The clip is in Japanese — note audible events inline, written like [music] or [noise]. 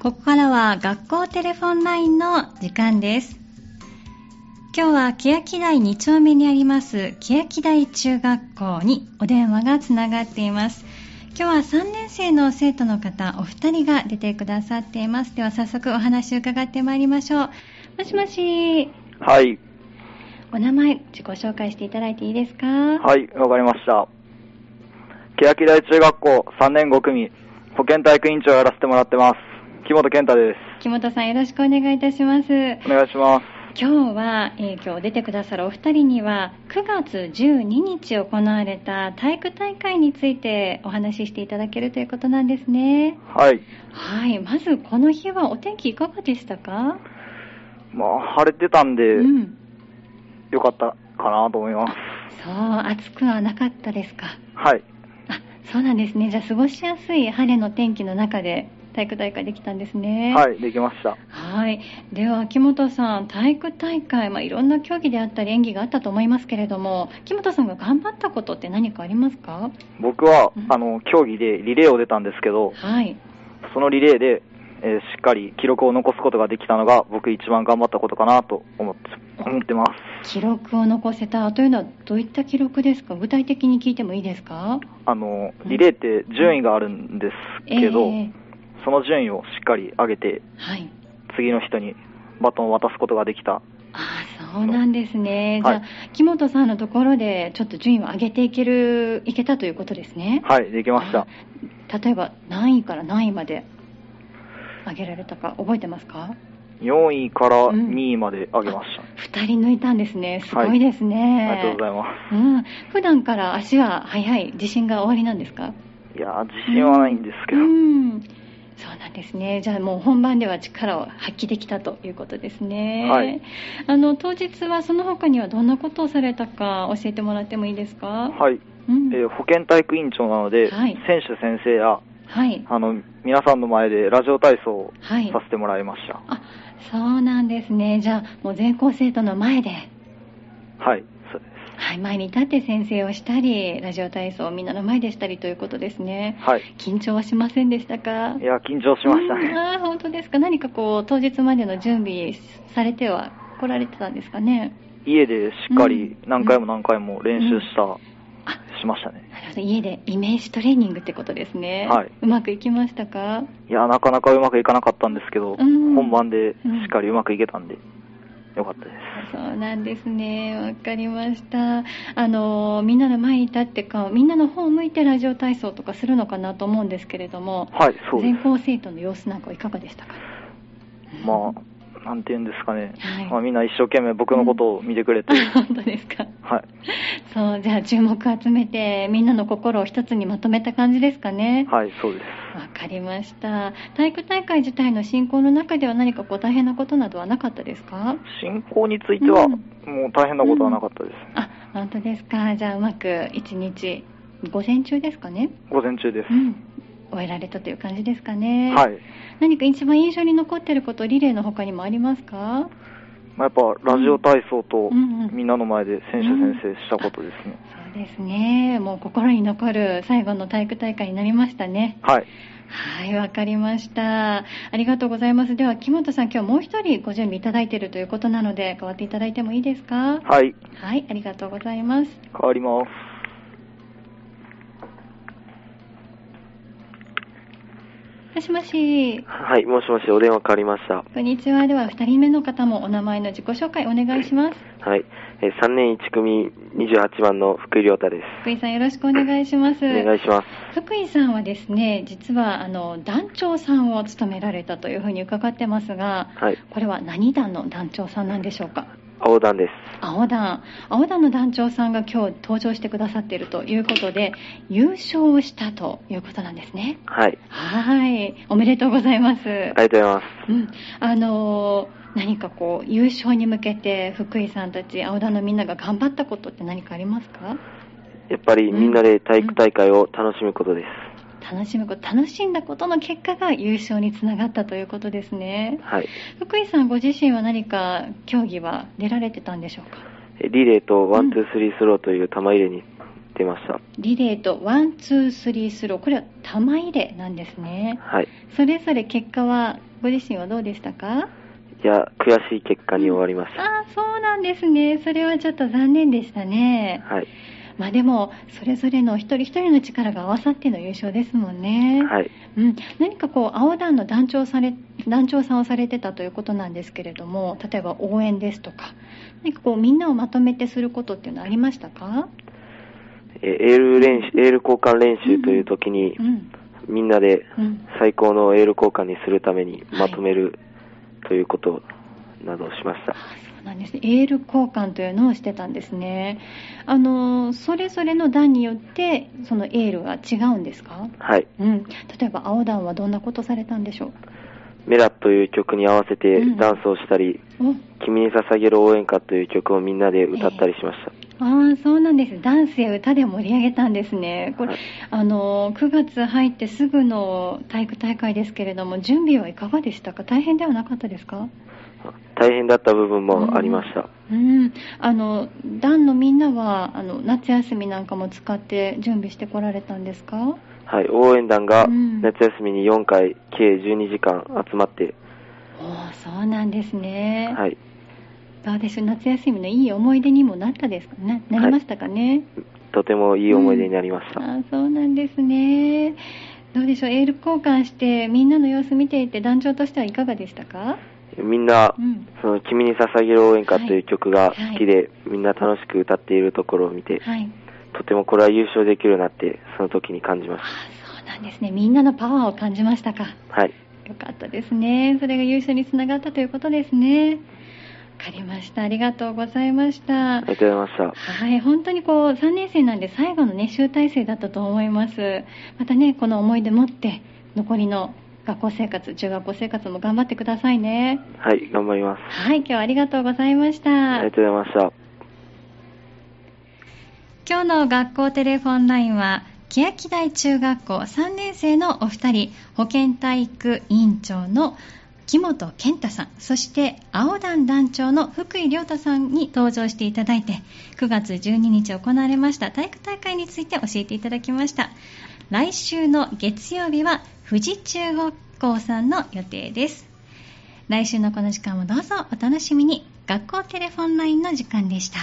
ここからは学校テレフォンラインの時間です。今日は欅台2丁目にあります欅台中学校にお電話がつながっています。今日は3年生の生徒の方お二人が出てくださっています。では早速お話を伺ってまいりましょう。もしもし、はい。お名前自己紹介していただいていいですかははい、わかりました。欅台中学校3年5組、保健体育委員長をやらせてもらってます。木本健太で木本さんよろしくお願いいたします。す。お願いします。今日は、えー今日出てくださるお二人には9月12日行われた体育大会についてお話ししていただけるということなんですねはい。はいまずこの日はお天気いかがでしたか、まあ、晴れてたんで、うんよかったかなと思いますあ。そう暑くはなかったですかはい。あそうなんですねじゃあ過ごしやすい晴れの天気の中で体育大会できたんですねはい、できました。はいでは木本さん体育大会、まあ、いろんな競技であったり演技があったと思いますけれども木本さんが頑張ったことって何かありますか僕はう、んあの、競技でリレーを出たんですけど、はいそのリレーで、えーしっかり記録を残すことができたのが、僕一番頑張ったことかなと思って、思ってます。記録を残せたというのはどういった記録ですか具体的に聞いてもいいですかあの、リレーって順位があるんですけど、ええその順位をしっかり上げて、はい次の人にバトンを渡すことができた。ああそうなんですね、はいじゃあ木本さんのところでちょっと順位を上げていけるいけたということですねはい、できました。あ例えば何位から何位まで上げられたか覚えてますか4位からうん2位まで上げました。 2人抜いたんですねすごいですね、ありがとうございまうん、普段から足は速い自信がおありなんですかす。いやー、自信はないんですけどう、んそうなんですねじゃあもう本番では力を発揮できたということですね、はい、あの当日はその他にはどんなことをされたか教えてもらってもいいですか、はい、うんえー保健体育委員長なので、はい選手先生や、はいあの、皆さんの前でラジオ体操をはいさせてもらいました。あそうなんですねじゃあもう全校生徒の前で、はい、そうです。はい、前に立って宣誓をしたりラジオ体操をみんなの前でしたりということですねはい。緊張はしませんでしたかいやー、緊張しましたうんね。あー本当ですか何かこう当日までの準備されては来られてたんですかね家でしっかりうん何回も何回も練習した、あしましたね。なるほど家でイメージトレーニングってことですね、はいうまくいきましたかいやー、なかなかうまくいかなかったんですけど、うん本番でしっかりうまくいけたんで、よかったです。そうなんですねわかりましたあのみんなの前に立ってかみんなの方を向いてラジオ体操とかするのかなと思うんですけれどもはい、そうです全。校生徒の様子なんかはいかがでしたかまあ、なんて言うんですかね、はいまあ、みんな一生懸命僕のことを見て [laughs] くれて、あ本当ですかはい、そうじゃあ注目集めてみんなの心を一つにまとめた感じですかねはい、そうです。わかりました体育大会自体の進行の中では何かこう大変なことなどはなかったですか進行については、うんもう大変なことはなかったです。あ本当ですかじゃあうまく1日午前中ですかね、午前中ですう。ん、終えられたという感じですかね、はい。何か一番印象に残っていることリレーの他にもありますかまあ、やっぱ、ラジオ体操とう、んうんみんなの前で選手先生したことですね。そうですねもう心に残る最後の体育大会になりましたねはい。はいわかりましたありがとうございますでは木本さん今日もう一人ご準備いただいているということなので代わっていただいてもいいですかはい、はい、ありがとうございます。変わります。もしもし、はい、もしもし、お電話変わりました。こんにちは。では、2人目の方もお名前の自己紹介お願いします。はい、えー3年1組28番の福井亮太です。福井さん、よろしくお願いします。お願いします。福井さんはですね、実はあの団長さんを務められたというふうに伺ってますが、はい、これは何団の団長さんなんでしょうか。青団です。青団、青団の団長さんが今日登場してくださっているということで、優勝をしたということなんですね。はい、はい、おめでとうございます。ありがとうございます。うん、あのー何かこう優勝に向けて福井さんたち青田のみんなが頑張ったことって何かありますかやっぱりみんなで体育大会を楽しむことです。楽しむこと楽しんだことの結果が優勝につながったということですねはい、福井さんご自身は何か競技は出られてたんでしょうかえーリレーとワン、ツー、スリースローという玉入れに出ました。リレーとワンツースリースローこれは玉入れなんですねはい、それぞれ結果はご自身はどうでしたかいや、悔しい結果に終わりました。ああ、そうなんですね。それはちょっと残念でしたね。はい。まあでも、それぞれの一人一人の力が合わさっての優勝ですもんね。はい。うん、何かこう青団の団長され団長さんをされてたということなんですけれども例えば応援ですとか何かこうみんなをまとめてすることっていうのはありましたか、えーエール練習、エール交換練習という時にう、んみんなでうん、最高のエール交換にするためにはいまとめる、ということなどをしました。そうなんですねエール交換というのをしてたんですねあのそれぞれの団によってそのエールが違うんですか、はい。うん、例えば青団はどんなことされたんでしょうメラという曲に合わせてうんダンスをしたり、お君に捧げる応援歌という曲をみんなで歌ったりしました。ああそうなんですダンスや歌で盛り上げたんですねこれ、はいあの9月入ってすぐの体育大会ですけれども準備はいかがでしたか大変ではなかったですか大変だった部分もありました。うんあの団のみんなはあの夏休みなんかも使って準備してこられたんですかはい、応援団がうん夏休みに4回、計12時間集まって、おーそうなんですね、はい、どうでしょう夏休みのいい思い出にもなったですかねなりましたかね、とてもいい思い出になりました。あーそうなんですねどうでしょうエール交換してみんなの様子見ていて団長としてはいかがでしたか、みんな、うん、その君に捧げる応援歌という曲が好きで、はみんな楽しく歌っているところを見て、はいとてもこれは優勝できるなって、その時に感じまあーしそうなんですねみんなのパワーを感じましたかた。はい、よかったですねそれが優勝につながったということですねわかりましたありがとうございましたありがとうございましはい、本当にこう3年生なんで最後の、ね、集大成だったと思います。またね、この思い出持って残りの学校生活、中学校生活も頑張ってくださいね。た。はい、頑張ります。はい、今日はありがとうございましあたりが。とうございました。今日の学校テレフォンラインは欅台中学校3年生のお二人保健体育委員長の木本健太さんそして青団団長の福井亮太さんに登場していただいて9月12日行われました体育大会について教えていただきました来週の月曜日は富士中学校さんの予定です来週のこの時間もどうぞお楽しみに学校テレフォンラインの時間でした